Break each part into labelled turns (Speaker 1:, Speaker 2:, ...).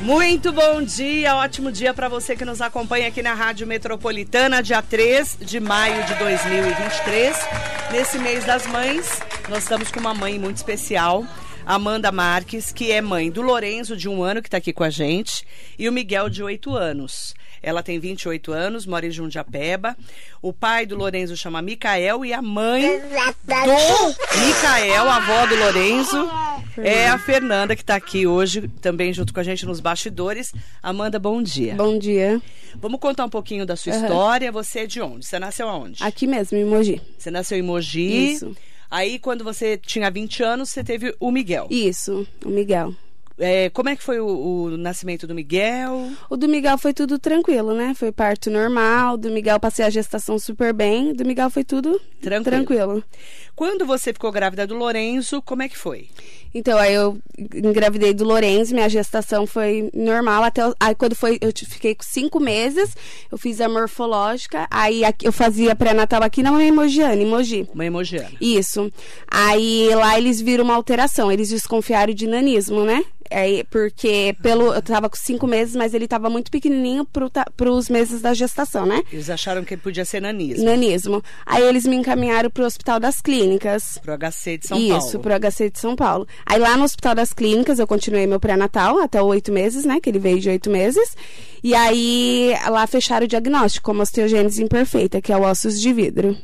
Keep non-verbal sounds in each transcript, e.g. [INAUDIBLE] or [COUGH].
Speaker 1: Muito bom dia, ótimo dia para você que nos acompanha aqui na Rádio Metropolitana, dia 3 de maio de 2023. Nesse mês das mães, nós estamos com uma mãe muito especial. Amanda Marques, que é mãe do Lorenzo, de um ano, que está aqui com a gente, e o Miguel, de oito anos. Ela tem 28 anos, mora em Jundiapeba. O pai do Lorenzo chama Micael e a mãe do Micael, a avó do Lorenzo, é a Fernanda, que está aqui hoje também junto com a gente nos bastidores. Amanda, bom dia.
Speaker 2: Bom dia.
Speaker 1: Vamos contar um pouquinho da sua história. Você é de onde? Você nasceu aonde?
Speaker 2: Aqui mesmo, em Mogi.
Speaker 1: Você nasceu em Mogi.
Speaker 2: Isso.
Speaker 1: Aí, quando você tinha 20 anos, você teve o Miguel.
Speaker 2: Isso, o Miguel.
Speaker 1: É, como é que foi o, o nascimento do Miguel?
Speaker 2: O do Miguel foi tudo tranquilo, né? Foi parto normal, do Miguel passei a gestação super bem, do Miguel foi tudo
Speaker 1: Tranquilo.
Speaker 2: tranquilo.
Speaker 1: Quando você ficou grávida do Lorenzo, como é que foi?
Speaker 2: Então, aí eu engravidei do Lourenço, minha gestação foi normal até... o- Aí quando foi, eu t- fiquei com cinco meses, eu fiz a morfológica, aí aqui- eu fazia pré-natal aqui na minha Mogiane, em Mogi.
Speaker 1: Uma emojiana.
Speaker 2: Isso. Aí lá eles viram uma alteração, eles desconfiaram de nanismo, né? Aí, porque pelo, eu tava com cinco meses, mas ele tava muito pequenininho pro, ta- pros meses da gestação, né?
Speaker 1: Eles acharam que podia ser nanismo.
Speaker 2: Nanismo. Aí eles me encaminharam pro Hospital das Clínicas.
Speaker 1: Pro HC de São Paulo.
Speaker 2: Isso, pro HC de São Paulo. Aí lá no Hospital das Clínicas eu continuei meu pré-natal até oito meses, né? Que ele veio de oito meses. E aí lá fecharam o diagnóstico como osteogênese imperfeita, que é o ossos de vidro.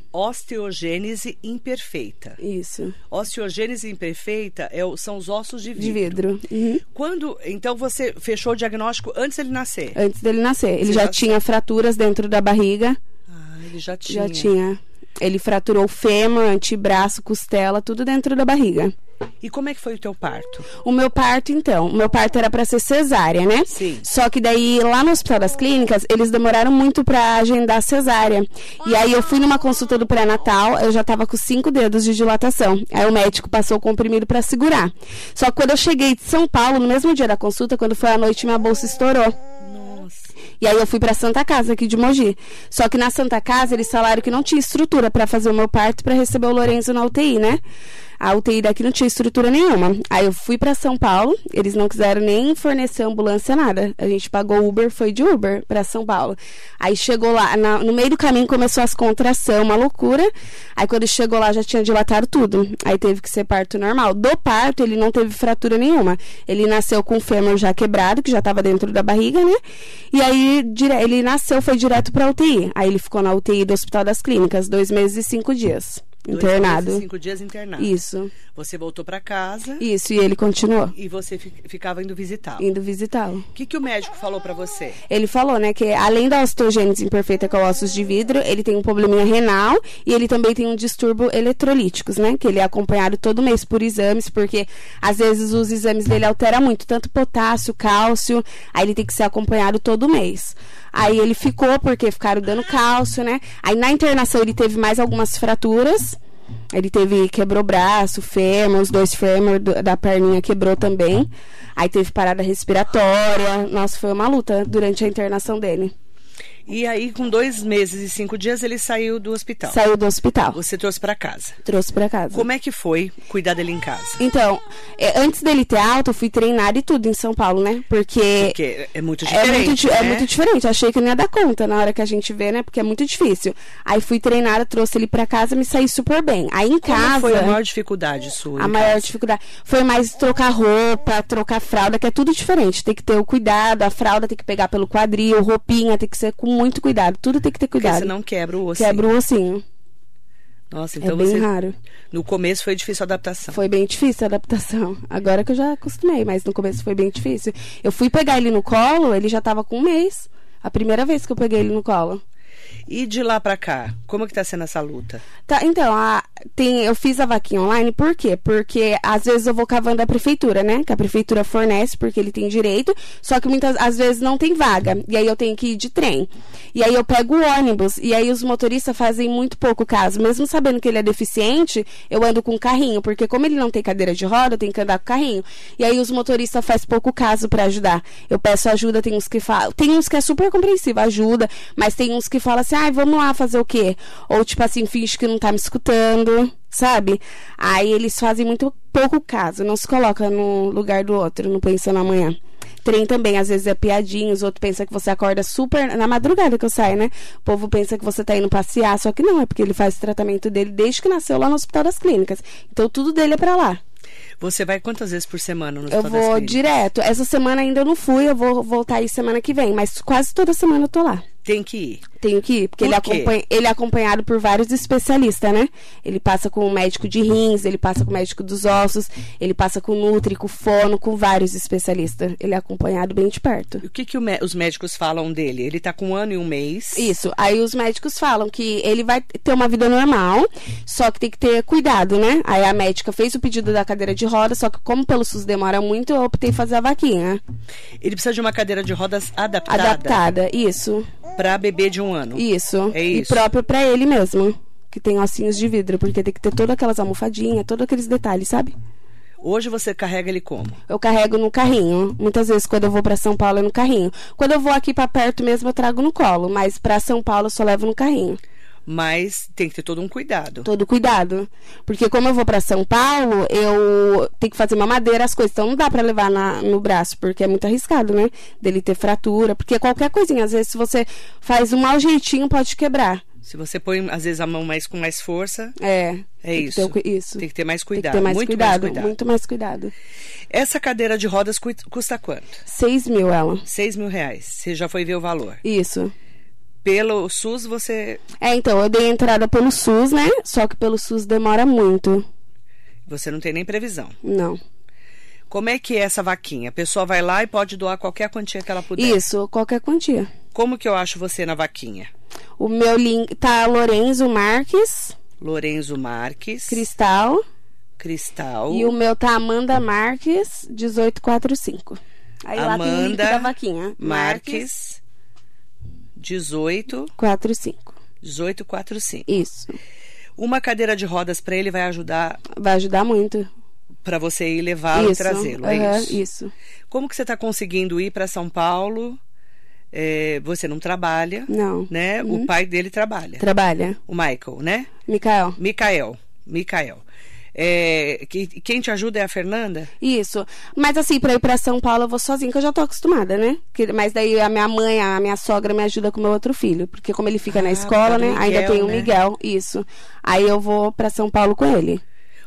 Speaker 1: Osteogênese imperfeita.
Speaker 2: Isso.
Speaker 1: Osteogênese imperfeita é o- são os ossos de vidro.
Speaker 2: De vidro. Uhum.
Speaker 1: Quando, então você fechou o diagnóstico antes dele nascer?
Speaker 2: antes dele nascer. Ele
Speaker 1: Você
Speaker 2: já
Speaker 1: já
Speaker 2: tinha fraturas dentro da barriga,
Speaker 1: Ah, ele já tinha.
Speaker 2: já tinha. Ele fraturou fêmur, antebraço, costela, tudo dentro da barriga.
Speaker 1: E como é que foi o teu parto?
Speaker 2: O meu parto, então, o meu parto era pra ser cesárea, né?
Speaker 1: Sim.
Speaker 2: Só que daí, lá no Hospital das Clínicas, eles demoraram muito pra agendar a cesárea. E aí, eu fui numa consulta do pré-natal, eu já tava com cinco dedos de dilatação. Aí, o médico passou o comprimido pra segurar. Só que quando eu cheguei de São Paulo, no mesmo dia da consulta, quando foi à noite, minha bolsa estourou.
Speaker 1: Nossa.
Speaker 2: E aí eu fui pra Santa Casa aqui de Mogi. Só que na Santa Casa eles falaram que não tinha estrutura pra fazer o meu parto pra receber o Lorenzo na UTI, né? A UTI daqui não tinha estrutura nenhuma. Aí eu fui pra São Paulo, eles não quiseram nem fornecer ambulância nada. A gente pagou Uber, foi de Uber pra São Paulo. Aí chegou lá, na- no meio do caminho começou as contrações, uma loucura. Aí quando chegou lá já tinha dilatado tudo. Aí teve que ser parto normal. Do parto ele não teve fratura nenhuma. Ele nasceu com o fêmur já quebrado, que já tava dentro da barriga, né? E aí dire- ele nasceu, foi direto pra UTI. Aí ele ficou na UTI do Hospital das Clínicas, dois meses e cinco dias.
Speaker 1: Dois
Speaker 2: Internado.
Speaker 1: meses e cinco dias internado.
Speaker 2: Isso.
Speaker 1: Você voltou pra casa
Speaker 2: Isso, e ele continuou.
Speaker 1: e você fi- ficava indo visitá-lo.
Speaker 2: Indo visitá-lo.
Speaker 1: O que, que o médico falou pra você?
Speaker 2: Ele falou, né, que além da osteogênese imperfeita, que é o ossos de vidro, ele tem um probleminha renal e ele também tem um distúrbio eletrolíticos, né, que ele é acompanhado todo mês por exames, porque às vezes os exames dele alteram muito, tanto potássio, cálcio, aí ele tem que ser acompanhado todo mês. Aí ele ficou, porque ficaram dando cálcio, né, aí na internação ele teve mais algumas fraturas, ele teve, quebrou o braço, fêmur, os dois fêmur do- da perninha quebrou também. Aí teve parada respiratória. Nossa, foi uma luta durante a internação dele.
Speaker 1: E aí, com dois meses e cinco dias, ele saiu do hospital.
Speaker 2: Saiu do hospital,
Speaker 1: Você trouxe pra casa.
Speaker 2: trouxe pra casa.
Speaker 1: Como é que foi cuidar dele em casa?
Speaker 2: Então, é, antes dele ter alta, eu fui treinada e tudo em São Paulo, né? Porque
Speaker 1: Porque é muito
Speaker 2: É
Speaker 1: diferente.
Speaker 2: muito, di- é
Speaker 1: né?
Speaker 2: muito diferente. Eu achei que eu não ia dar conta na hora que a gente vê, né? Porque é muito difícil. Aí fui treinada, trouxe ele pra casa, me saí super bem. Aí em
Speaker 1: Como
Speaker 2: casa.
Speaker 1: foi a maior dificuldade sua?
Speaker 2: A
Speaker 1: em
Speaker 2: maior
Speaker 1: casa?
Speaker 2: dificuldade foi mais trocar roupa, trocar fralda, que é tudo diferente. Tem que ter o cuidado, a fralda tem que pegar pelo quadril, roupinha tem que ser com muito cuidado. Tudo tem que ter
Speaker 1: Porque
Speaker 2: cuidado. é
Speaker 1: senão assim. quebra o osso.
Speaker 2: Quebra o ossinho.
Speaker 1: Nossa, então
Speaker 2: é bem
Speaker 1: você.
Speaker 2: raro.
Speaker 1: No começo foi difícil a adaptação.
Speaker 2: Foi bem difícil a adaptação. Agora que eu já acostumei, mas no começo foi bem difícil. Eu fui pegar ele no colo, ele já tava com um mês. A primeira vez que eu peguei ele no colo.
Speaker 1: E de lá pra cá, como que tá sendo essa luta?
Speaker 2: Tá, então, a- tem, eu fiz a vaquinha online, por quê? Porque às vezes eu vou cavando a prefeitura, né? Que a prefeitura fornece, porque ele tem direito, só que muitas às vezes não tem vaga. E aí eu tenho que ir de trem. E aí eu pego o ônibus, e aí os motoristas fazem muito pouco caso. Mesmo sabendo que ele é deficiente, eu ando com um carrinho, porque como ele não tem cadeira de roda, eu tenho que andar com carrinho. E aí os motoristas fazem pouco caso pra ajudar. Eu peço ajuda, tem uns que falam. Tem uns que é super compreensivo, ajuda, mas tem uns que falam assim, ai, vamos lá fazer o quê? Ou tipo assim, finge que não tá me escutando, sabe? Aí eles fazem muito pouco caso, não se coloca no lugar do outro, não pensa no amanhã. Trem também, às vezes é piadinha, os outros pensam que você acorda super na madrugada que eu saio, né? O povo pensa que você tá indo passear, só que não, é porque ele faz o tratamento dele desde que nasceu lá no Hospital das Clínicas. Então tudo dele é pra lá.
Speaker 1: Você vai quantas vezes por semana no
Speaker 2: Eu
Speaker 1: Hospital das
Speaker 2: vou
Speaker 1: Clínicas?
Speaker 2: direto. Essa semana ainda eu não fui, eu vou voltar aí semana que vem, mas quase toda semana eu tô lá.
Speaker 1: Tem que ir.
Speaker 2: Tenho que ir, porque
Speaker 1: Por
Speaker 2: ele,
Speaker 1: quê?
Speaker 2: acompanha- ele é acompanhado por vários especialistas, né? Ele passa com o médico de rins, ele passa com o médico dos ossos, ele passa com o nutri, com o fono, com vários especialistas. Ele é acompanhado bem de perto.
Speaker 1: O que, que o mé- os médicos falam dele? Ele tá com um ano e um mês.
Speaker 2: Isso. Aí os médicos falam que ele vai ter uma vida normal, só que tem que ter cuidado, né? Aí a médica fez o pedido da cadeira de roda, só que como pelo SUS demora muito, eu optei fazer a vaquinha
Speaker 1: Ele precisa de uma cadeira de rodas adaptada
Speaker 2: adaptada. Isso.
Speaker 1: para bebê de um ano.
Speaker 2: Isso.
Speaker 1: É
Speaker 2: E
Speaker 1: isso.
Speaker 2: próprio pra ele mesmo. Que tem ossinhos de vidro, porque tem que ter todas aquelas almofadinhas, todos aqueles detalhes, sabe?
Speaker 1: Hoje você carrega ele como?
Speaker 2: Eu carrego no carrinho. Muitas vezes, quando eu vou pra São Paulo, é no carrinho. Quando eu vou aqui pra perto mesmo, eu trago no colo. Mas pra São Paulo, eu só levo no carrinho.
Speaker 1: Mas tem que ter todo um cuidado.
Speaker 2: Todo cuidado. Porque como eu vou pra São Paulo, eu tenho que fazer uma madeira, as coisas. Então, não dá pra levar na- no braço, porque é muito arriscado, né? Dele ter fratura. Porque qualquer coisinha, às vezes, se você faz um mau jeitinho, pode quebrar.
Speaker 1: Se você põe, às vezes, a mão mais com mais força,
Speaker 2: É.
Speaker 1: é
Speaker 2: tem que ter
Speaker 1: isso.
Speaker 2: o cu- isso.
Speaker 1: Tem que ter mais
Speaker 2: Tem que
Speaker 1: cuidado.
Speaker 2: ter mais
Speaker 1: muito
Speaker 2: cuidado,
Speaker 1: mais cuidado.
Speaker 2: muito mais cuidado.
Speaker 1: Essa cadeira de rodas cui- custa quanto?
Speaker 2: 6 mil ela.
Speaker 1: 6 mil reais. Você já foi ver o valor.
Speaker 2: Isso.
Speaker 1: Pelo SUS, você,
Speaker 2: É, então, eu dei entrada pelo SUS, né? Só que pelo SUS demora muito.
Speaker 1: você não tem nem previsão.
Speaker 2: Não.
Speaker 1: Como é que é essa vaquinha? A pessoa vai lá e pode doar qualquer quantia que ela puder.
Speaker 2: Isso, qualquer quantia.
Speaker 1: Como que eu acho você na vaquinha?
Speaker 2: O meu link tá Lorenzo Marques,
Speaker 1: Lorenzo Marques,
Speaker 2: Cristal.
Speaker 1: Cristal.
Speaker 2: E o meu tá Amanda Marques, 1845. Aí lá tem o link
Speaker 1: Amanda
Speaker 2: da vaquinha.
Speaker 1: Marques 18
Speaker 2: 45.
Speaker 1: 1845.
Speaker 2: Isso.
Speaker 1: Uma cadeira de rodas para ele vai ajudar
Speaker 2: Vai ajudar muito.
Speaker 1: para você ir levá-lo e
Speaker 2: isso.
Speaker 1: trazê-lo,
Speaker 2: Aham,
Speaker 1: é isso?
Speaker 2: isso.
Speaker 1: Como que você está conseguindo ir para São Paulo? É, você não trabalha,
Speaker 2: Não.
Speaker 1: né?
Speaker 2: Uhum.
Speaker 1: O pai dele trabalha,
Speaker 2: Trabalha.
Speaker 1: o Michael, né?
Speaker 2: Micael.
Speaker 1: Micael, Micael. É, que- quem te ajuda é a Fernanda?
Speaker 2: Isso. Mas assim, pra ir pra São Paulo eu vou sozinha, que eu já tô acostumada, né? Que- mas daí a minha mãe, a minha sogra me ajuda com o meu outro filho. Porque como ele fica
Speaker 1: Ah,
Speaker 2: na escola,
Speaker 1: por causa
Speaker 2: né?
Speaker 1: do
Speaker 2: ainda
Speaker 1: Miguel,
Speaker 2: tem o
Speaker 1: né?
Speaker 2: Miguel, isso. Aí eu vou pra São Paulo com ele.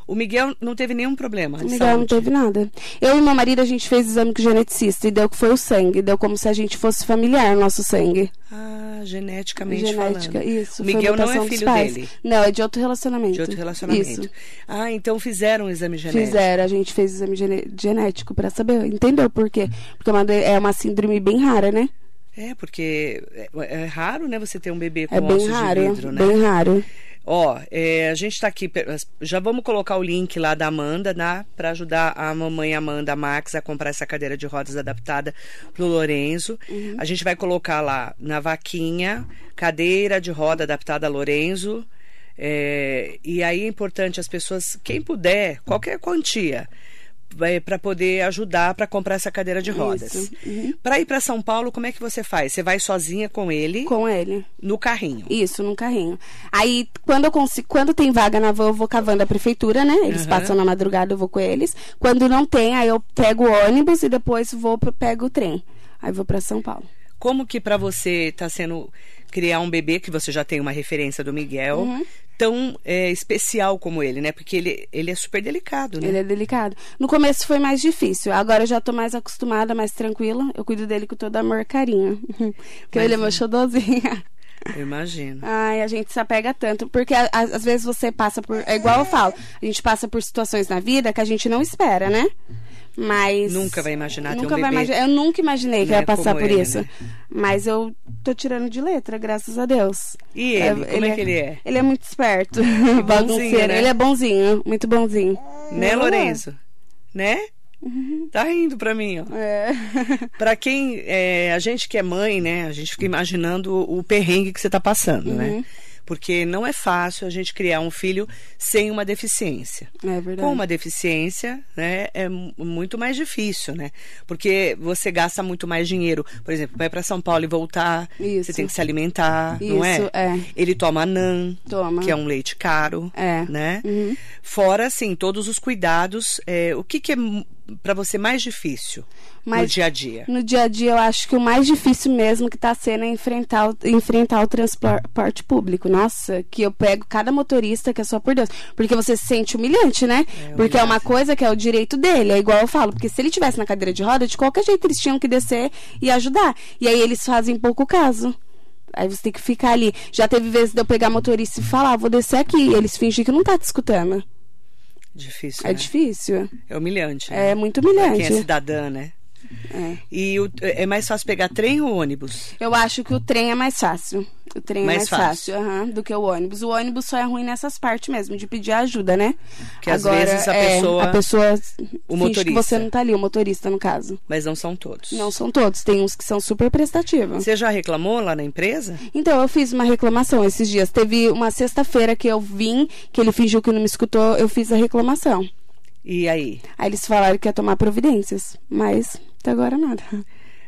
Speaker 1: O Miguel não teve nenhum problema de
Speaker 2: O Miguel não
Speaker 1: saúde.
Speaker 2: teve nada. Eu e meu marido, a gente fez exame com o geneticista e deu que foi o sangue. Deu como se a gente fosse familiar o nosso sangue.
Speaker 1: Ah, geneticamente
Speaker 2: Genética,
Speaker 1: falando.
Speaker 2: isso.
Speaker 1: O
Speaker 2: foi
Speaker 1: Miguel não
Speaker 2: mutação
Speaker 1: é
Speaker 2: dos
Speaker 1: filho
Speaker 2: pais.
Speaker 1: dele,
Speaker 2: Não, é de outro relacionamento.
Speaker 1: de outro relacionamento.
Speaker 2: Isso.
Speaker 1: Ah, então fizeram um exame genético.
Speaker 2: Fizeram, a gente fez exame gene- genético pra saber, entendeu por quê? Porque é uma de- é uma síndrome bem rara, né?
Speaker 1: É, porque é, é raro, né, você ter um bebê com
Speaker 2: É bem
Speaker 1: ossos
Speaker 2: raro,
Speaker 1: de vidro, né?
Speaker 2: bem raro.
Speaker 1: Ó, é, a gente tá aqui, pe- já vamos colocar o link lá da Amanda, né, para ajudar a mamãe Amanda Max a comprar essa cadeira de rodas adaptada pro Lorenzo.
Speaker 2: Uhum.
Speaker 1: A gente vai colocar lá na vaquinha, cadeira de roda adaptada a Lorenzo. É, e aí é importante as pessoas, quem puder, qualquer quantia, para poder ajudar para comprar essa cadeira de rodas.
Speaker 2: Isso. Uhum.
Speaker 1: Para ir para São Paulo, como é que você faz? Você vai sozinha com ele
Speaker 2: Com ele.
Speaker 1: no carrinho?
Speaker 2: Isso, num carrinho. Aí, quando eu consigo, quando tem vaga na van, eu vou cavando a prefeitura, né? Eles
Speaker 1: Aham.
Speaker 2: passam na madrugada, eu vou com eles. Quando não tem, aí eu pego o ônibus e depois vou pro, pego o trem. Aí vou pra São Paulo.
Speaker 1: Como que pra você tá sendo criar um bebê que você já tem uma referência do Miguel
Speaker 2: Uhum.
Speaker 1: tão é, especial como ele, né? Porque ele, ele é super delicado, né?
Speaker 2: Ele é delicado. No começo foi mais difícil. Agora eu já tô mais acostumada, mais tranquila. Eu cuido dele com todo amor e carinho. [LAUGHS] Porque ele é meu xodozinho.
Speaker 1: Eu imagino.
Speaker 2: Ai, a gente se apega tanto, porque a- a- às vezes você passa por. É igual eu falo, a gente passa por situações na vida que a gente não espera, né? Mas.
Speaker 1: Nunca vai imaginar ter um
Speaker 2: nunca vai
Speaker 1: bebê.
Speaker 2: imagi- Eu nunca imaginei que
Speaker 1: Né,
Speaker 2: ia passar
Speaker 1: como
Speaker 2: por
Speaker 1: ele,
Speaker 2: isso.
Speaker 1: né?
Speaker 2: Mas eu tô tirando de letra, graças a Deus.
Speaker 1: E ele? Como é que ele é?
Speaker 2: Ele é muito esperto.
Speaker 1: Bonzinho,
Speaker 2: [LAUGHS] Bagunceiro.
Speaker 1: né?
Speaker 2: Ele é bonzinho, muito bonzinho.
Speaker 1: Né,
Speaker 2: Não, Uhum. não é.
Speaker 1: Lourenço? Né? Tá rindo pra mim, ó.
Speaker 2: É. [LAUGHS]
Speaker 1: Pra quem. é, a gente que é mãe, né? A gente fica imaginando o perrengue que você tá passando,
Speaker 2: Uhum.
Speaker 1: né? Porque não é fácil a gente criar um filho sem uma deficiência.
Speaker 2: É verdade.
Speaker 1: Com uma deficiência, né, é mu- muito mais difícil, né? Porque você gasta muito mais dinheiro. Por exemplo, vai para São Paulo e voltar,
Speaker 2: Isso.
Speaker 1: você tem que se alimentar, não é?
Speaker 2: Isso, é.
Speaker 1: Ele toma NAN,
Speaker 2: Toma.
Speaker 1: que é um leite caro,
Speaker 2: É.
Speaker 1: né?
Speaker 2: Uhum.
Speaker 1: Fora, assim, todos os cuidados. é, o que, que é mu- para você mais difícil no
Speaker 2: Mas-
Speaker 1: dia a dia?
Speaker 2: No dia a dia, eu acho que o mais difícil mesmo que tá sendo é enfrentar o, enfrentar o transporte público. Nossa, que eu pego cada motorista que é só por Deus. Porque você se sente humilhante, né? porque é uma coisa que é o direito dele. É igual eu falo. Porque se ele tivesse na cadeira de roda, de qualquer jeito eles tinham que descer e ajudar. E aí eles fazem pouco caso. Aí você tem que ficar ali. Já teve vezes de eu pegar motorista e falar, "Ah, vou descer aqui. E eles fingem que não tá te escutando.
Speaker 1: Difícil.
Speaker 2: É
Speaker 1: né?
Speaker 2: difícil.
Speaker 1: É humilhante. né?
Speaker 2: É muito
Speaker 1: Pra quem é
Speaker 2: humilhante.
Speaker 1: cidadã, né?
Speaker 2: É.
Speaker 1: E o- é mais fácil pegar trem ou ônibus?
Speaker 2: Eu acho que o trem é mais fácil. O trem
Speaker 1: Mais
Speaker 2: é mais fácil, aham, do que o ônibus. O ônibus só é ruim nessas partes mesmo, de pedir ajuda, né?
Speaker 1: Que às vezes a
Speaker 2: é,
Speaker 1: pessoa-
Speaker 2: A pessoa. O que
Speaker 1: motorista.
Speaker 2: você não tá ali, o motorista, no caso.
Speaker 1: Mas não são todos.
Speaker 2: Não são todos, tem uns que são super prestativos.
Speaker 1: Você já reclamou lá na empresa?
Speaker 2: Então, eu fiz uma reclamação esses dias. Teve uma sexta-feira que eu vim, que ele fingiu que não me escutou, eu fiz a reclamação.
Speaker 1: E aí?
Speaker 2: Aí eles falaram que ia tomar providências, mas até agora nada.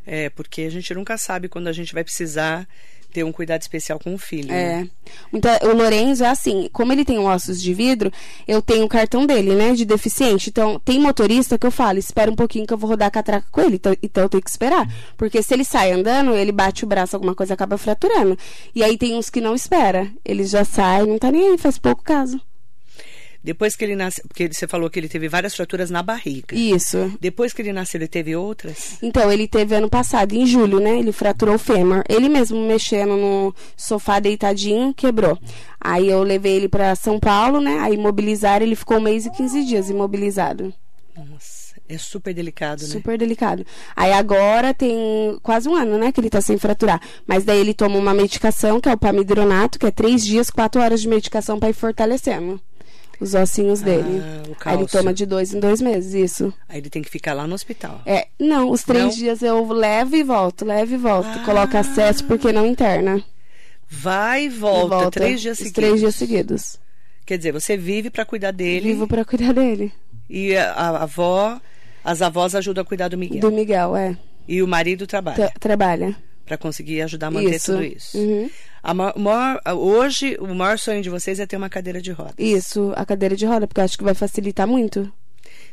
Speaker 1: É, porque a gente nunca sabe quando a gente vai precisar ter um cuidado especial com o filho. né?
Speaker 2: É. Muita- o Lorenzo é assim, como ele tem ossos de vidro, eu tenho o cartão dele, né? De deficiente. Então, tem motorista que eu falo, espera um pouquinho que eu vou rodar a catraca com ele. Então, então eu tenho que esperar. Porque se ele sai andando, ele bate o braço, alguma coisa acaba fraturando. E aí tem uns que não espera. Ele já sai, não tá nem aí, faz pouco caso.
Speaker 1: Depois que ele nasceu, porque você falou que ele teve várias fraturas na barriga.
Speaker 2: Isso.
Speaker 1: Depois que ele nasceu, ele teve outras?
Speaker 2: Então, ele teve ano passado, em julho, né? Ele fraturou o fêmur. Ele mesmo mexendo no sofá deitadinho, quebrou. Aí eu levei ele pra São Paulo, né? Aí imobilizaram, ele ficou um mês e 15 dias imobilizado.
Speaker 1: Nossa, é super delicado, né?
Speaker 2: Super delicado. Aí agora tem quase um ano, né? Que ele tá sem fraturar. Mas daí ele toma uma medicação, que é o pamidronato, que é três dias, quatro horas de medicação pra ir fortalecendo os ossinhos
Speaker 1: Ah,
Speaker 2: dele.
Speaker 1: o
Speaker 2: Aí ele
Speaker 1: cálcio.
Speaker 2: toma de dois em dois meses, isso.
Speaker 1: Aí ele tem que ficar lá no hospital.
Speaker 2: É, não, os três
Speaker 1: Não?
Speaker 2: dias eu levo e volto, levo e volto.
Speaker 1: Ah.
Speaker 2: Coloca acesso porque não interna.
Speaker 1: Vai e
Speaker 2: E
Speaker 1: volta,
Speaker 2: volta
Speaker 1: três dias
Speaker 2: os
Speaker 1: seguidos.
Speaker 2: três dias seguidos.
Speaker 1: Quer dizer, você vive pra cuidar dele
Speaker 2: Vivo pra cuidar dele.
Speaker 1: e a, a avó, as avós ajudam a cuidar do Miguel.
Speaker 2: Do Miguel, é.
Speaker 1: E o marido trabalha
Speaker 2: Tra- Trabalha.
Speaker 1: pra conseguir ajudar a manter
Speaker 2: Isso.
Speaker 1: tudo isso.
Speaker 2: Uhum.
Speaker 1: A ma- maior- a- hoje, o maior sonho de vocês é ter uma cadeira de roda.
Speaker 2: Isso, a cadeira de roda, porque eu acho que vai facilitar muito.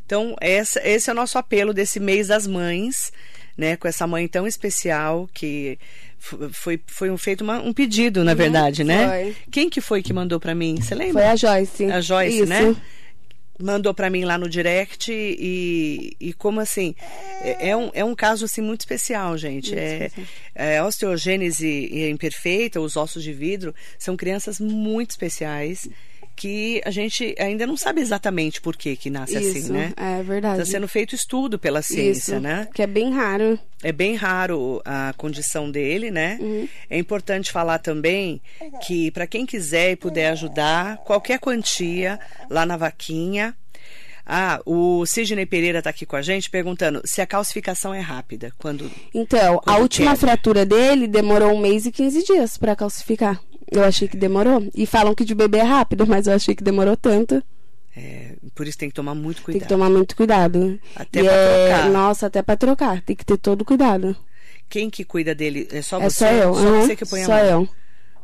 Speaker 1: Então, essa- esse é o nosso apelo desse mês das mães, né? Com essa mãe tão especial que f- foi, foi um, feito uma- um pedido, na verdade, né?
Speaker 2: foi.
Speaker 1: Quem que foi que mandou pra mim? Você lembra?
Speaker 2: Foi a Joyce.
Speaker 1: A Joyce,
Speaker 2: Isso.
Speaker 1: né? Mandou pra mim lá no direct e, e como assim, é, é um, é um caso assim muito especial, gente. É, é osteogênese imperfeita, os ossos de vidro, são crianças muito especiais que a gente ainda não sabe exatamente por que que nasce assim,
Speaker 2: Isso,
Speaker 1: né?
Speaker 2: é verdade.
Speaker 1: Está sendo feito estudo pela ciência,
Speaker 2: Isso,
Speaker 1: né?
Speaker 2: que é bem raro.
Speaker 1: É bem raro a condição dele, né?
Speaker 2: Uhum.
Speaker 1: É importante falar também que para quem quiser e puder ajudar, qualquer quantia lá na vaquinha. Ah, o Sidney Pereira está aqui com a gente perguntando se a calcificação é rápida. Quando
Speaker 2: Então, a
Speaker 1: Quando
Speaker 2: última
Speaker 1: quebra.
Speaker 2: fratura dele demorou um mês e 15 dias pra calcificar. Eu achei que demorou. E falam que de bebê é rápido, mas eu achei que demorou tanto.
Speaker 1: é, por isso tem que tomar muito
Speaker 2: Tem que
Speaker 1: cuidado.
Speaker 2: tomar muito cuidado.
Speaker 1: Até
Speaker 2: E
Speaker 1: pra
Speaker 2: é-
Speaker 1: trocar.
Speaker 2: Nossa, até pra trocar. Tem que ter todo cuidado.
Speaker 1: Quem que cuida dele? É só
Speaker 2: é
Speaker 1: você?
Speaker 2: só eu.
Speaker 1: Só
Speaker 2: aham,
Speaker 1: você que põe a
Speaker 2: só
Speaker 1: mão.
Speaker 2: eu.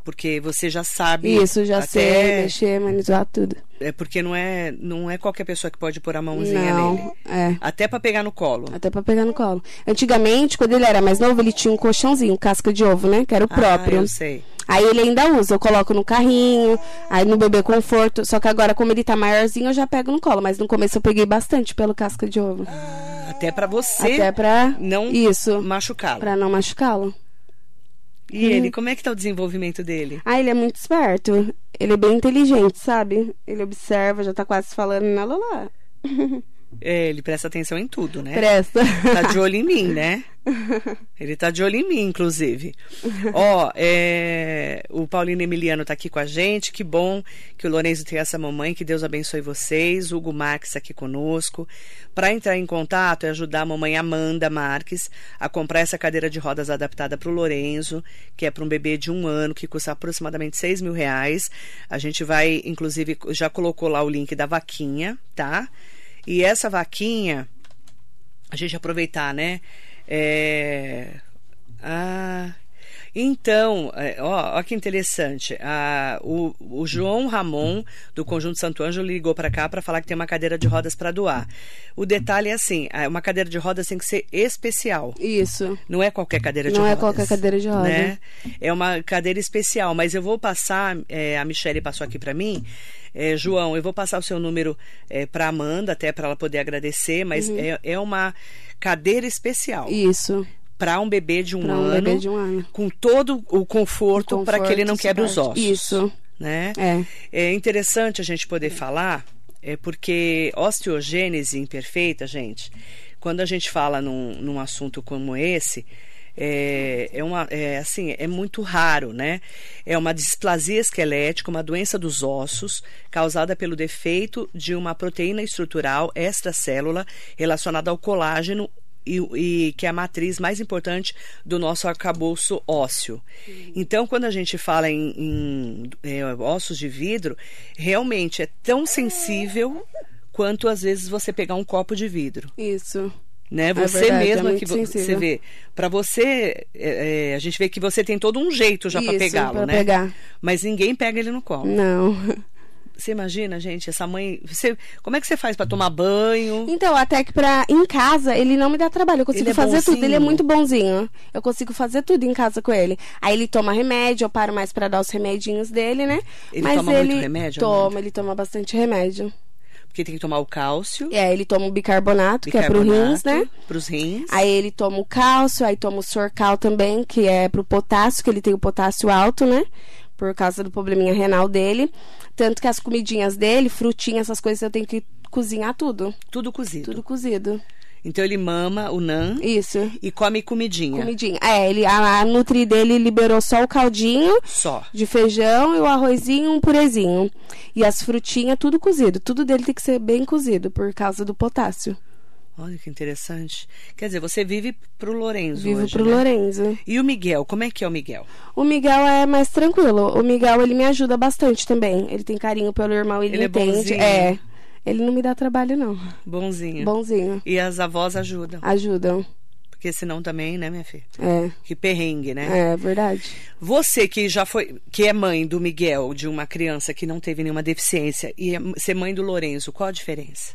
Speaker 1: Porque você já sabe.
Speaker 2: Isso, já sei
Speaker 1: até...
Speaker 2: mexer, manipular tudo.
Speaker 1: É porque não é, não é qualquer pessoa que pode pôr a mãozinha nele.
Speaker 2: Não, é.
Speaker 1: Até pra pegar no colo.
Speaker 2: Até pra pegar no colo. Antigamente, quando ele era mais novo, ele tinha um colchãozinho, casca de ovo, né? Que era o
Speaker 1: Ah,
Speaker 2: próprio.
Speaker 1: eu sei.
Speaker 2: Aí ele ainda usa, eu coloco no carrinho, aí no bebê conforto. Só que agora, como ele tá maiorzinho, eu já pego no colo. Mas no começo eu peguei bastante pelo casca de ovo.
Speaker 1: Até pra você
Speaker 2: Até pra.
Speaker 1: não
Speaker 2: Isso.
Speaker 1: machucá-lo.
Speaker 2: Pra não machucá-lo.
Speaker 1: E ele, como é que tá o desenvolvimento dele?
Speaker 2: Ah, ele é muito esperto. Ele é bem inteligente, sabe? Ele observa, já tá quase falando na Lola.
Speaker 1: É, ele presta atenção em tudo, né?
Speaker 2: [LAUGHS] Presta.
Speaker 1: Tá de olho em mim, né? Ele tá de olho em mim, inclusive. Ó, é, o Paulino Emiliano tá aqui com a gente. Que bom que o Lourenço tem essa mamãe. Que Deus abençoe vocês. Hugo Max aqui conosco. Para entrar em contato é ajudar a mamãe Amanda Marques a comprar essa cadeira de rodas adaptada para o Lorenzo, que é para um bebê de um ano, que custa aproximadamente 6 mil reais. A gente vai, inclusive, já colocou lá o link da vaquinha, tá? E essa vaquinha a gente aproveitar, né? É... Ah... Então, é, ó, ó que interessante. A- o, o João Ramon, do Conjunto Santo Anjo, ligou para cá para falar que tem uma cadeira de rodas para doar. O detalhe é assim: a- uma cadeira de rodas tem que ser especial.
Speaker 2: [LAUGHS] Isso.
Speaker 1: Não é qualquer cadeira de
Speaker 2: Não é
Speaker 1: rodas.
Speaker 2: qualquer cadeira de rodas.
Speaker 1: Né? É uma cadeira especial, mas eu vou passar, é, a Michelle passou aqui para mim. É, João, eu vou passar o seu número para Amanda, até para ela poder agradecer, mas
Speaker 2: Uhum.
Speaker 1: é, é uma cadeira especial
Speaker 2: Isso.
Speaker 1: para um bebê de um
Speaker 2: Pra um
Speaker 1: ano.
Speaker 2: bebê de um ano.
Speaker 1: Com todo o conforto, para que ele não quebre os
Speaker 2: suporte.
Speaker 1: ossos.
Speaker 2: Isso.
Speaker 1: Né?
Speaker 2: É.
Speaker 1: É interessante a gente poder falar, é porque osteogênese imperfeita, gente, quando a gente fala num, num assunto como esse, é, é uma, é assim, é muito raro, né? É uma displasia esquelética, uma doença dos ossos, causada pelo defeito de uma proteína estrutural extracélula relacionada ao colágeno e, e que é a matriz mais importante do nosso arcabouço ósseo. Então, quando a gente fala em, em, eh, ossos de vidro, realmente é tão
Speaker 2: Ah.
Speaker 1: sensível quanto às vezes você pegar um copo de vidro.
Speaker 2: Isso.
Speaker 1: Né? Você
Speaker 2: verdade, é
Speaker 1: mesma
Speaker 2: muito
Speaker 1: que vo- você
Speaker 2: sensível.
Speaker 1: vê. Para você, eh, eh, a gente vê que você tem todo um jeito já para
Speaker 2: Isso,
Speaker 1: pegá-lo,
Speaker 2: pra
Speaker 1: né?
Speaker 2: pegar. Hum.
Speaker 1: Mas ninguém pega ele no colo.
Speaker 2: Não.
Speaker 1: Você imagina, gente, essa mãe. Você, como é que você faz para tomar banho?
Speaker 2: Então, até que pra. Em casa, ele não me dá trabalho. Eu consigo
Speaker 1: Ele é
Speaker 2: fazer tudo. Ele é
Speaker 1: bonzinho.
Speaker 2: muito bonzinho. Eu consigo fazer tudo em casa com ele. Aí ele toma remédio, eu paro mais pra dar os remedinhos dele, né?
Speaker 1: Ele
Speaker 2: Mas
Speaker 1: toma
Speaker 2: ele
Speaker 1: muito remédio,
Speaker 2: Toma, ele toma bastante remédio.
Speaker 1: Porque tem que tomar o cálcio.
Speaker 2: É, ele toma o bicarbonato, que é pro rins, né?
Speaker 1: Para os rins.
Speaker 2: Aí ele toma o cálcio, aí toma o sorcal também, que é pro potássio, que ele tem o potássio alto, né? Por causa do probleminha renal dele. Tanto que as comidinhas dele, frutinha, essas coisas, eu tenho que cozinhar tudo.
Speaker 1: Tudo cozido.
Speaker 2: Tudo cozido.
Speaker 1: Então ele mama o nan
Speaker 2: Isso.
Speaker 1: e come comidinha.
Speaker 2: Comidinha. É, ele, a, a Nutri dele liberou só o caldinho
Speaker 1: Só.
Speaker 2: de feijão e o arrozinho, um purezinho. E as frutinhas, tudo cozido. Tudo dele tem que ser bem cozido, por causa do potássio.
Speaker 1: Olha que interessante. Quer dizer, você vive pro Lorenzo
Speaker 2: Vivo
Speaker 1: hoje,
Speaker 2: pro
Speaker 1: né?
Speaker 2: Lorenzo.
Speaker 1: E o Miguel, como é que é o Miguel?
Speaker 2: O Miguel é mais tranquilo. O Miguel, ele me ajuda bastante também. Ele tem carinho pelo irmão, ele,
Speaker 1: Ele é
Speaker 2: entende.
Speaker 1: bonzinho.
Speaker 2: é. Ele não me dá trabalho, não.
Speaker 1: Bonzinho.
Speaker 2: Bonzinho.
Speaker 1: E as avós ajudam.
Speaker 2: Ah. Ajudam.
Speaker 1: Porque senão também, né, minha filha?
Speaker 2: É.
Speaker 1: Que perrengue, né?
Speaker 2: É verdade.
Speaker 1: Você que já foi, que é mãe do Miguel, de uma criança que não teve nenhuma deficiência, e é ser mãe do Lorenzo, qual a diferença?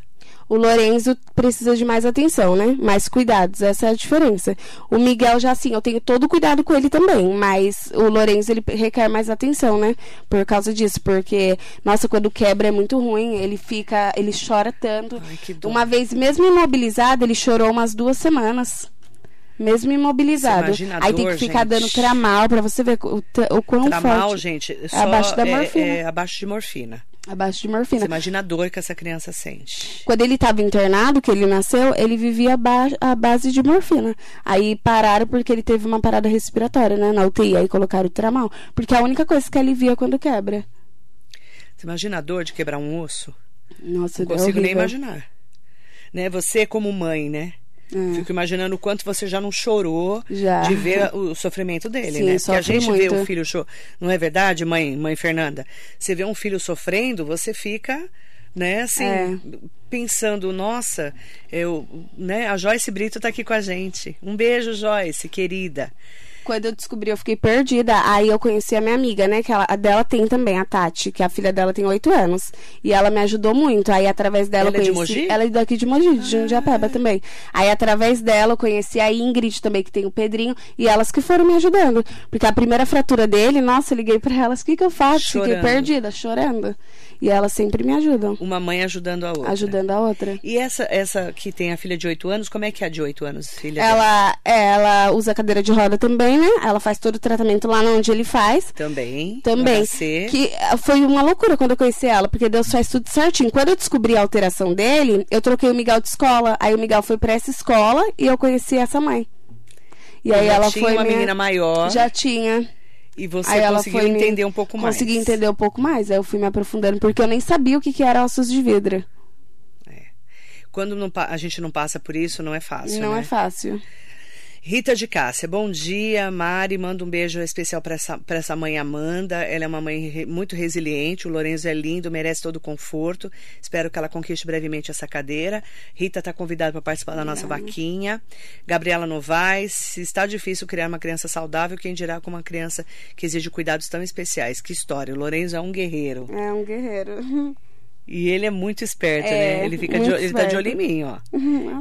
Speaker 2: O Lorenzo precisa de mais atenção, né? Mais cuidados, essa é a diferença. O Miguel já assim, eu tenho todo o cuidado com ele também, mas o Lorenzo ele requer mais atenção, né? Por causa disso, porque nossa, quando quebra é muito ruim, ele fica, ele chora tanto.
Speaker 1: Ai, que dó.
Speaker 2: Uma vez mesmo imobilizado, ele chorou umas duas semanas. Mesmo imobilizado.
Speaker 1: Você imagina a
Speaker 2: Aí tem
Speaker 1: dor,
Speaker 2: que ficar
Speaker 1: gente?
Speaker 2: dando tramal pra você ver o, t- o quão
Speaker 1: Tramal,
Speaker 2: É um forte.
Speaker 1: Tá gente, só
Speaker 2: abaixo da
Speaker 1: é-
Speaker 2: morfina.
Speaker 1: é abaixo de morfina.
Speaker 2: Abaixo de
Speaker 1: Você
Speaker 2: morfina.
Speaker 1: imagina a dor que essa criança sente.
Speaker 2: Quando ele estava internado, que ele nasceu, ele vivia ba- à base de morfina. Aí pararam porque ele teve uma parada respiratória, né? Na UTI, aí colocaram o tramal. Porque é a única coisa que alivia quando quebra.
Speaker 1: Você imagina a dor de quebrar um osso?
Speaker 2: Nossa,
Speaker 1: Não
Speaker 2: é
Speaker 1: consigo nem
Speaker 2: horrível.
Speaker 1: imaginar. Né? Você, como mãe, né?
Speaker 2: É.
Speaker 1: Fico imaginando o quanto você já não chorou
Speaker 2: Já.
Speaker 1: de ver o sofrimento dele,
Speaker 2: Sim,
Speaker 1: né? Porque a
Speaker 2: sofre
Speaker 1: gente vê
Speaker 2: muito.
Speaker 1: o filho chorando. Não é verdade, mãe, mãe Fernanda? Você vê um filho sofrendo, você fica, né, assim,
Speaker 2: É.
Speaker 1: pensando, nossa, eu, né, a Joyce Brito tá aqui com a gente. Um beijo, Joyce, querida.
Speaker 2: Quando eu descobri, eu fiquei perdida. Aí eu conheci a minha amiga, né? Que ela, a dela tem também, a Tati, que a filha dela tem oito anos. E ela me ajudou muito. Aí através dela
Speaker 1: Ela é
Speaker 2: eu
Speaker 1: de
Speaker 2: conheci.
Speaker 1: Mogi? Ah.
Speaker 2: Ela é daqui de Mogi, de Jundiapeba também. Aí através dela eu conheci a Ingrid também, que tem o Pedrinho. E elas que foram me ajudando. Porque a primeira fratura dele, nossa, eu liguei pra elas: o que, que eu faço?
Speaker 1: Chorando.
Speaker 2: Fiquei perdida, chorando. E elas sempre me ajudam,
Speaker 1: Uma mãe ajudando a outra.
Speaker 2: ajudando a outra.
Speaker 1: E essa, essa que tem a filha de oito anos, como é que é a de oito anos, filha? dela?
Speaker 2: Ela, é, ela usa cadeira de roda também, né? Ela faz todo o tratamento lá onde ele faz.
Speaker 1: Também.
Speaker 2: Também.
Speaker 1: HC.
Speaker 2: Que eh, foi uma loucura quando eu conheci ela, porque Deus faz tudo certinho. Quando eu descobri a alteração dele, eu troquei o Miguel de escola. Aí o Miguel foi pra essa escola e eu conheci essa mãe. E aí
Speaker 1: já
Speaker 2: ela
Speaker 1: tinha
Speaker 2: foi.
Speaker 1: uma
Speaker 2: minha-
Speaker 1: menina maior
Speaker 2: Já tinha.
Speaker 1: e você
Speaker 2: aí ela
Speaker 1: conseguiu
Speaker 2: foi me-
Speaker 1: entender um pouco mais.
Speaker 2: Consegui entender um pouco mais. Aí eu fui me aprofundando, porque eu nem sabia o que, que era ossos de vidro.
Speaker 1: Quando não pa- a gente não passa por isso, não é fácil.
Speaker 2: não
Speaker 1: né?
Speaker 2: é fácil.
Speaker 1: Rita de Cássia, bom dia, Mari. Manda um beijo especial para essa, pra essa mãe Amanda. Ela é uma mãe re- muito resiliente. O Lorenzo é lindo, merece todo o conforto. Espero que ela conquiste brevemente essa cadeira. Rita está convidada para participar da nossa vaquinha. Gabriela Novaes, se está difícil criar uma criança saudável, quem dirá com uma criança que exige cuidados tão especiais? Que história. O Lorenzo é um guerreiro.
Speaker 2: É um guerreiro.
Speaker 1: E ele é muito esperto,
Speaker 2: É,
Speaker 1: né? Ele fica
Speaker 2: muito
Speaker 1: de, ele tá de
Speaker 2: esperto.
Speaker 1: olho em mim, ó.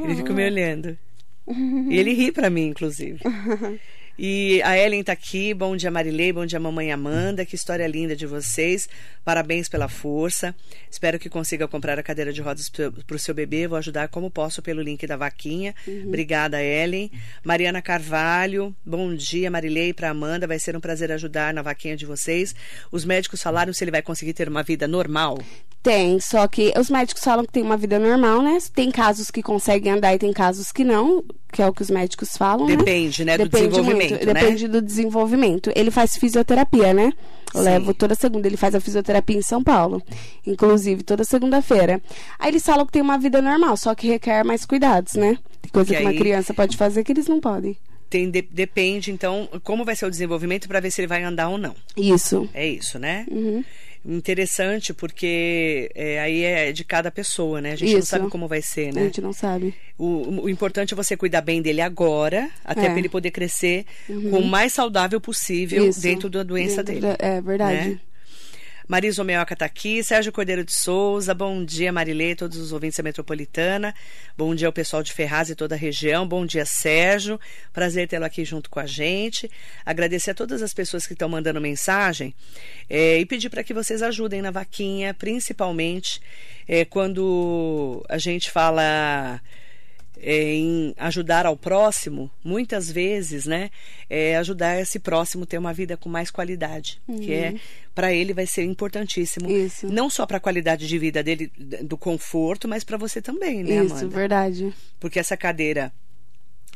Speaker 1: Ele fica
Speaker 2: Uhum.
Speaker 1: me
Speaker 2: [LAUGHS]
Speaker 1: olhando. E ele ri pra mim, inclusive. E a Ellen tá aqui. Bom dia, Marilei. Bom dia, mamãe Amanda. Que história linda de vocês. Parabéns pela força. Espero que consiga comprar a cadeira de rodas pro- pro seu bebê. Vou ajudar como posso pelo link da vaquinha.
Speaker 2: Uhum.
Speaker 1: Obrigada, Ellen. Mariana Carvalho. Bom dia, Marilei, para Amanda. Vai ser um prazer ajudar na vaquinha de vocês. Os médicos falaram se ele vai conseguir ter uma vida normal.
Speaker 2: [LAUGHS] Tem, só que os médicos falam que tem uma vida normal, né? Tem casos que conseguem andar e tem casos que não, que é o que os médicos falam. né?
Speaker 1: Depende, né, do desenvolvimento,
Speaker 2: muito,
Speaker 1: né?
Speaker 2: Depende do desenvolvimento. Ele faz fisioterapia, né? Eu
Speaker 1: Sim.
Speaker 2: levo toda segunda, ele faz a fisioterapia em São Paulo, inclusive toda segunda-feira. Aí eles falam que tem uma vida normal, só que requer mais cuidados, né? Tem coisa
Speaker 1: Que
Speaker 2: que, uma
Speaker 1: aí-
Speaker 2: criança pode fazer que eles não podem.
Speaker 1: Tem, de- depende, então, como vai ser o desenvolvimento para ver se ele vai andar ou não.
Speaker 2: Isso.
Speaker 1: É isso, né?
Speaker 2: Uhum.
Speaker 1: Interessante, porque é, aí é de cada pessoa, né? A gente não
Speaker 2: Isso.
Speaker 1: sabe como vai ser,
Speaker 2: A
Speaker 1: né?
Speaker 2: gente não sabe.
Speaker 1: O, o importante é você cuidar bem dele agora, até
Speaker 2: É. Uhum.
Speaker 1: para ele poder crescer com o mais saudável possível
Speaker 2: Isso.
Speaker 1: dentro da doença
Speaker 2: Dentro
Speaker 1: dele.
Speaker 2: da- É verdade.
Speaker 1: né? Marisa Omeoca tá aqui, Sérgio Cordeiro de Souza, bom dia Marilê, todos os ouvintes da Metropolitana, bom dia ao pessoal de Ferraz e toda a região, bom dia Sérgio, prazer tê-lo aqui junto com a gente, agradecer a todas as pessoas que estão mandando mensagem eh, e pedir para que vocês ajudem na vaquinha, principalmente eh, quando a gente fala é, em ajudar ao próximo, muitas vezes, né, é ajudar esse próximo ter uma vida com mais qualidade, que é para ele vai ser importantíssimo,
Speaker 2: Uhum. Isso.
Speaker 1: não só para a qualidade de vida dele, d- do conforto, mas para você também, né,
Speaker 2: Isso,
Speaker 1: Amanda?
Speaker 2: verdade.
Speaker 1: Porque essa cadeira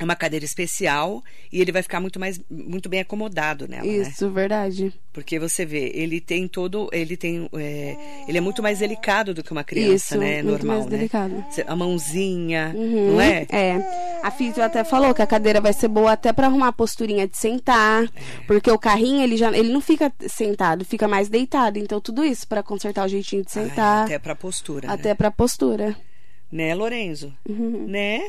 Speaker 1: é uma cadeira especial e ele vai ficar muito mais muito bem acomodado nela, né?
Speaker 2: Isso, verdade.
Speaker 1: Porque você vê, ele tem todo, ele tem, é, ele é muito mais delicado do que uma criança,
Speaker 2: Isso,
Speaker 1: né,
Speaker 2: muito
Speaker 1: normal,
Speaker 2: mais
Speaker 1: né?
Speaker 2: delicado.
Speaker 1: Cê- A mãozinha,
Speaker 2: Uhum,
Speaker 1: não é?
Speaker 2: A Físio até falou que a cadeira vai ser boa até pra arrumar a posturinha de sentar,
Speaker 1: É.
Speaker 2: porque o carrinho ele já ele não fica sentado, fica mais deitado, então tudo isso pra consertar o jeitinho de
Speaker 1: Ai,
Speaker 2: sentar,
Speaker 1: até pra postura.
Speaker 2: Tá. até,
Speaker 1: Né,
Speaker 2: pra postura.
Speaker 1: Né, Lorenzo? Né?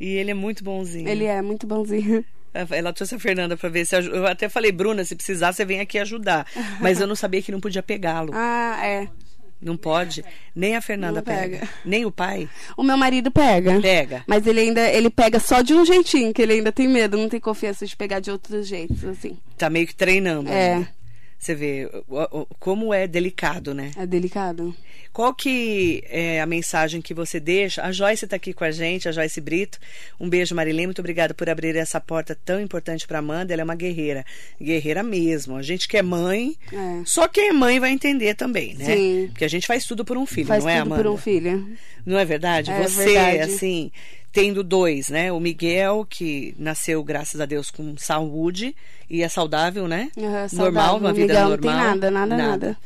Speaker 1: E ele é muito bonzinho.
Speaker 2: Ele é muito bonzinho.
Speaker 1: Ela trouxe a Fernanda pra ver se. aj- Eu até falei, Bruna, se precisar, você vem aqui ajudar.
Speaker 2: [LAUGHS]
Speaker 1: Mas eu não sabia que não podia pegá-lo.
Speaker 2: Ah, é.
Speaker 1: Não pode. Nem a Fernanda
Speaker 2: Não pega.
Speaker 1: Nem o pai
Speaker 2: O meu marido pega.
Speaker 1: pega.
Speaker 2: Mas ele ainda ele pega só de um jeitinho, que ele ainda tem medo, não tem confiança de pegar de outros jeitos, assim.
Speaker 1: Tá meio que treinando.
Speaker 2: É.
Speaker 1: né? Você vê o- o- como é delicado, né?
Speaker 2: É delicado.
Speaker 1: Qual que é a mensagem que você deixa? A Joyce está aqui com a gente, a Joyce Brito. Um beijo, Marilene. Muito obrigada por abrir essa porta tão importante para Amanda. Ela é uma guerreira. Guerreira mesmo. A gente que é mãe,
Speaker 2: É.
Speaker 1: só quem é mãe vai entender também, né?
Speaker 2: Sim.
Speaker 1: Porque a gente faz tudo por um filho,
Speaker 2: Faz
Speaker 1: não é,
Speaker 2: tudo
Speaker 1: Amanda?
Speaker 2: por um filho.
Speaker 1: Não é verdade?
Speaker 2: É
Speaker 1: você,
Speaker 2: verdade.
Speaker 1: assim, tendo dois, né? O Miguel, que nasceu, graças a Deus, com saúde e é saudável, né?
Speaker 2: Aham, saudável.
Speaker 1: normal, uma vida
Speaker 2: Miguel não
Speaker 1: normal.
Speaker 2: tem nada, nada, nada.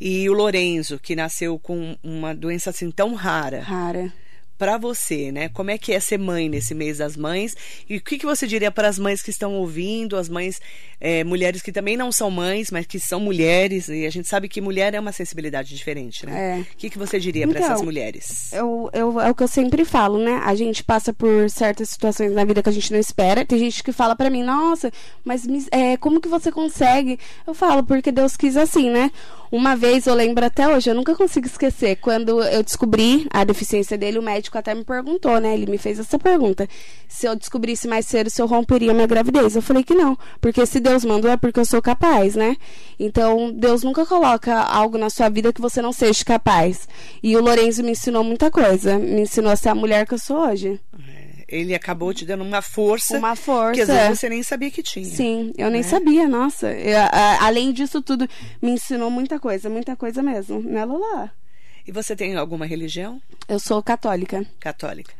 Speaker 1: E o Lorenzo, que nasceu com uma doença assim tão rara.
Speaker 2: Rara.
Speaker 1: Pra você, né? Como é que é ser mãe nesse mês das mães? E o que, que você diria para as mães que estão ouvindo, as mães, eh, mulheres que também não são mães, mas que são mulheres, e a gente sabe que mulher é uma sensibilidade diferente, né?
Speaker 2: É.
Speaker 1: O que, que você diria para
Speaker 2: Então,
Speaker 1: essas mulheres?
Speaker 2: Eu, eu, é o que eu sempre falo, né? A gente passa por certas situações na vida que a gente não espera. Tem gente que fala pra mim, nossa, mas mis- é, como que você consegue? Eu falo, porque Deus quis assim, né? Uma vez, eu lembro até hoje, eu nunca consigo esquecer. Quando eu descobri a deficiência dele, o médico até me perguntou, né? Ele me fez essa pergunta. Se eu descobrisse mais cedo, se eu romperia minha gravidez. Eu falei que não. Porque se Deus mandou, é porque eu sou capaz, né? Então, Deus nunca coloca algo na sua vida que você não seja capaz. E o Lorenzo me ensinou muita coisa. Me ensinou a ser a mulher que eu sou hoje.
Speaker 1: É, Ele acabou te dando uma força.
Speaker 2: Uma força. é.
Speaker 1: Que às vezes você nem sabia que tinha.
Speaker 2: Sim, eu nem sabia, nossa. Eu, a- além disso tudo, me ensinou muita coisa, muita coisa mesmo. Né, Lula?
Speaker 1: E você tem alguma religião
Speaker 2: Eu sou católica.
Speaker 1: católica?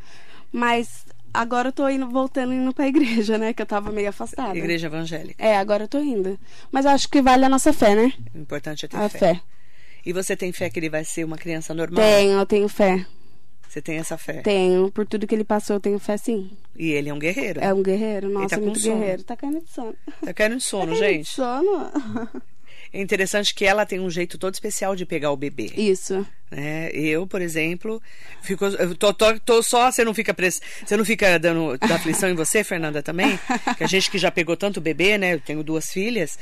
Speaker 2: Mas agora eu tô indo, voltando indo pra igreja, né? Que eu tava meio afastada.
Speaker 1: Igreja evangélica.
Speaker 2: É, agora eu tô indo. Mas eu acho que vale a nossa fé, né?
Speaker 1: O importante é ter
Speaker 2: A
Speaker 1: fé.
Speaker 2: fé.
Speaker 1: E você tem fé que ele vai ser uma criança normal?
Speaker 2: Tenho, eu tenho fé.
Speaker 1: Você tem essa fé.
Speaker 2: Tenho, por tudo que ele passou, eu tenho fé sim.
Speaker 1: E ele é um guerreiro.
Speaker 2: É um guerreiro, nossa,
Speaker 1: tá com
Speaker 2: muito
Speaker 1: sono.
Speaker 2: guerreiro. Tá caindo de sono.
Speaker 1: Tá caindo de
Speaker 2: Tá
Speaker 1: sono,
Speaker 2: caindo de
Speaker 1: gente. [LAUGHS]
Speaker 2: sono?
Speaker 1: É interessante que ela tem um jeito todo especial de pegar o bebê.
Speaker 2: Isso.
Speaker 1: né? Eu, por exemplo, fico, eu tô, tô- tô só. Você não fica pres- você não fica dando da aflição em você, Fernanda, também? Que a gente que já pegou tanto bebê, né? Eu tenho duas filhas.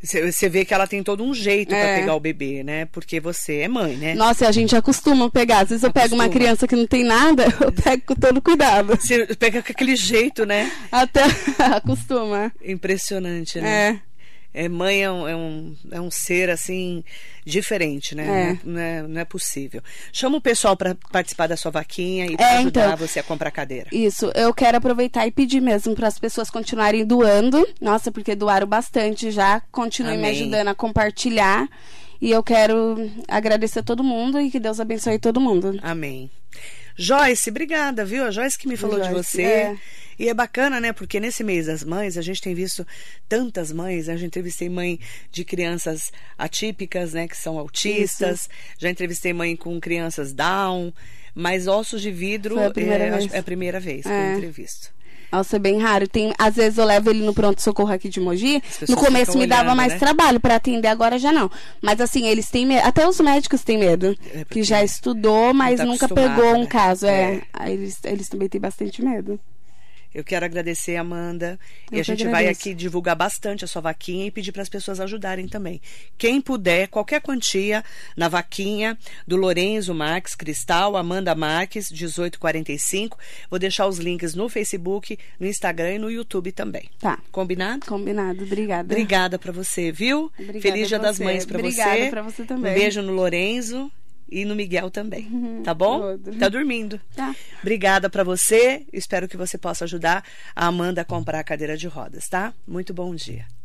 Speaker 1: Você você vê que ela tem todo um jeito pra
Speaker 2: É.
Speaker 1: pegar o bebê, né? Porque você é mãe, né?
Speaker 2: Nossa, e a gente acostuma pegar. Às vezes eu pego uma
Speaker 1: Acostuma.
Speaker 2: criança que não tem nada, [LAUGHS] eu pego com todo cuidado.
Speaker 1: Você pega com aquele jeito, né?
Speaker 2: Até [LAUGHS] acostuma.
Speaker 1: Impressionante, né?
Speaker 2: É.
Speaker 1: É, mãe é um, é, um, é um ser assim diferente, né?
Speaker 2: É.
Speaker 1: Não, é, não é possível. Chama o pessoal pra participar da sua vaquinha e pra
Speaker 2: É,
Speaker 1: ajudar
Speaker 2: então.
Speaker 1: você a comprar cadeira.
Speaker 2: Isso, eu quero aproveitar e pedir mesmo para as pessoas continuarem doando. Nossa, porque doaram bastante já. Continuem me
Speaker 1: Amém.
Speaker 2: ajudando a compartilhar. E eu quero agradecer a todo mundo e que Deus abençoe todo mundo.
Speaker 1: Amém. Joyce, obrigada, viu? A Joyce que me falou de
Speaker 2: Joyce,
Speaker 1: você.
Speaker 2: é.
Speaker 1: E é bacana, né? Porque nesse mês das mães, a gente tem visto tantas mães. Né? Eu já entrevistei mãe de crianças atípicas, né? Que são autistas. Já entrevistei mãe com crianças Down. Mas ossos de vidro
Speaker 2: Foi a primeira
Speaker 1: é, acho-
Speaker 2: vez.
Speaker 1: é a primeira vez que eu
Speaker 2: É.
Speaker 1: entrevisto.
Speaker 2: Nossa, é bem raro. Tem, às vezes eu levo ele no pronto-socorro aqui de Mogi.
Speaker 1: pessoas
Speaker 2: No começo
Speaker 1: ficam
Speaker 2: me dava
Speaker 1: olhando,
Speaker 2: mais
Speaker 1: né?
Speaker 2: trabalho para atender, agora já não. Mas assim, eles têm medo. Até os médicos têm medo.
Speaker 1: É, porque
Speaker 2: que já estudou, mas
Speaker 1: tá
Speaker 2: nunca
Speaker 1: acostumado,
Speaker 2: pegou um
Speaker 1: né?
Speaker 2: caso. É.
Speaker 1: É.
Speaker 2: Aí Eles, eles também têm bastante medo.
Speaker 1: Eu quero agradecer, Amanda. e
Speaker 2: Eu
Speaker 1: a
Speaker 2: que
Speaker 1: gente vai
Speaker 2: agradeço.
Speaker 1: aqui divulgar bastante a sua vaquinha e pedir para as pessoas ajudarem também. Quem puder, qualquer quantia na vaquinha do Lorenzo Marques Cristal, Amanda Marques, 1845. Vou deixar os links no Facebook, no Instagram e no YouTube também.
Speaker 2: Tá.
Speaker 1: Combinado?
Speaker 2: Combinado. Obrigada.
Speaker 1: Obrigada para você, viu?
Speaker 2: Obrigada
Speaker 1: Feliz Dia
Speaker 2: a
Speaker 1: das
Speaker 2: você.
Speaker 1: Mães para você.
Speaker 2: Obrigada pra você também.
Speaker 1: Um beijo no Lorenzo e no Miguel também, tá bom?
Speaker 2: outro.
Speaker 1: Tá dormindo.
Speaker 2: Tá.
Speaker 1: Obrigada para você. Espero que você possa ajudar a Amanda a comprar a cadeira de rodas, tá? Muito bom dia.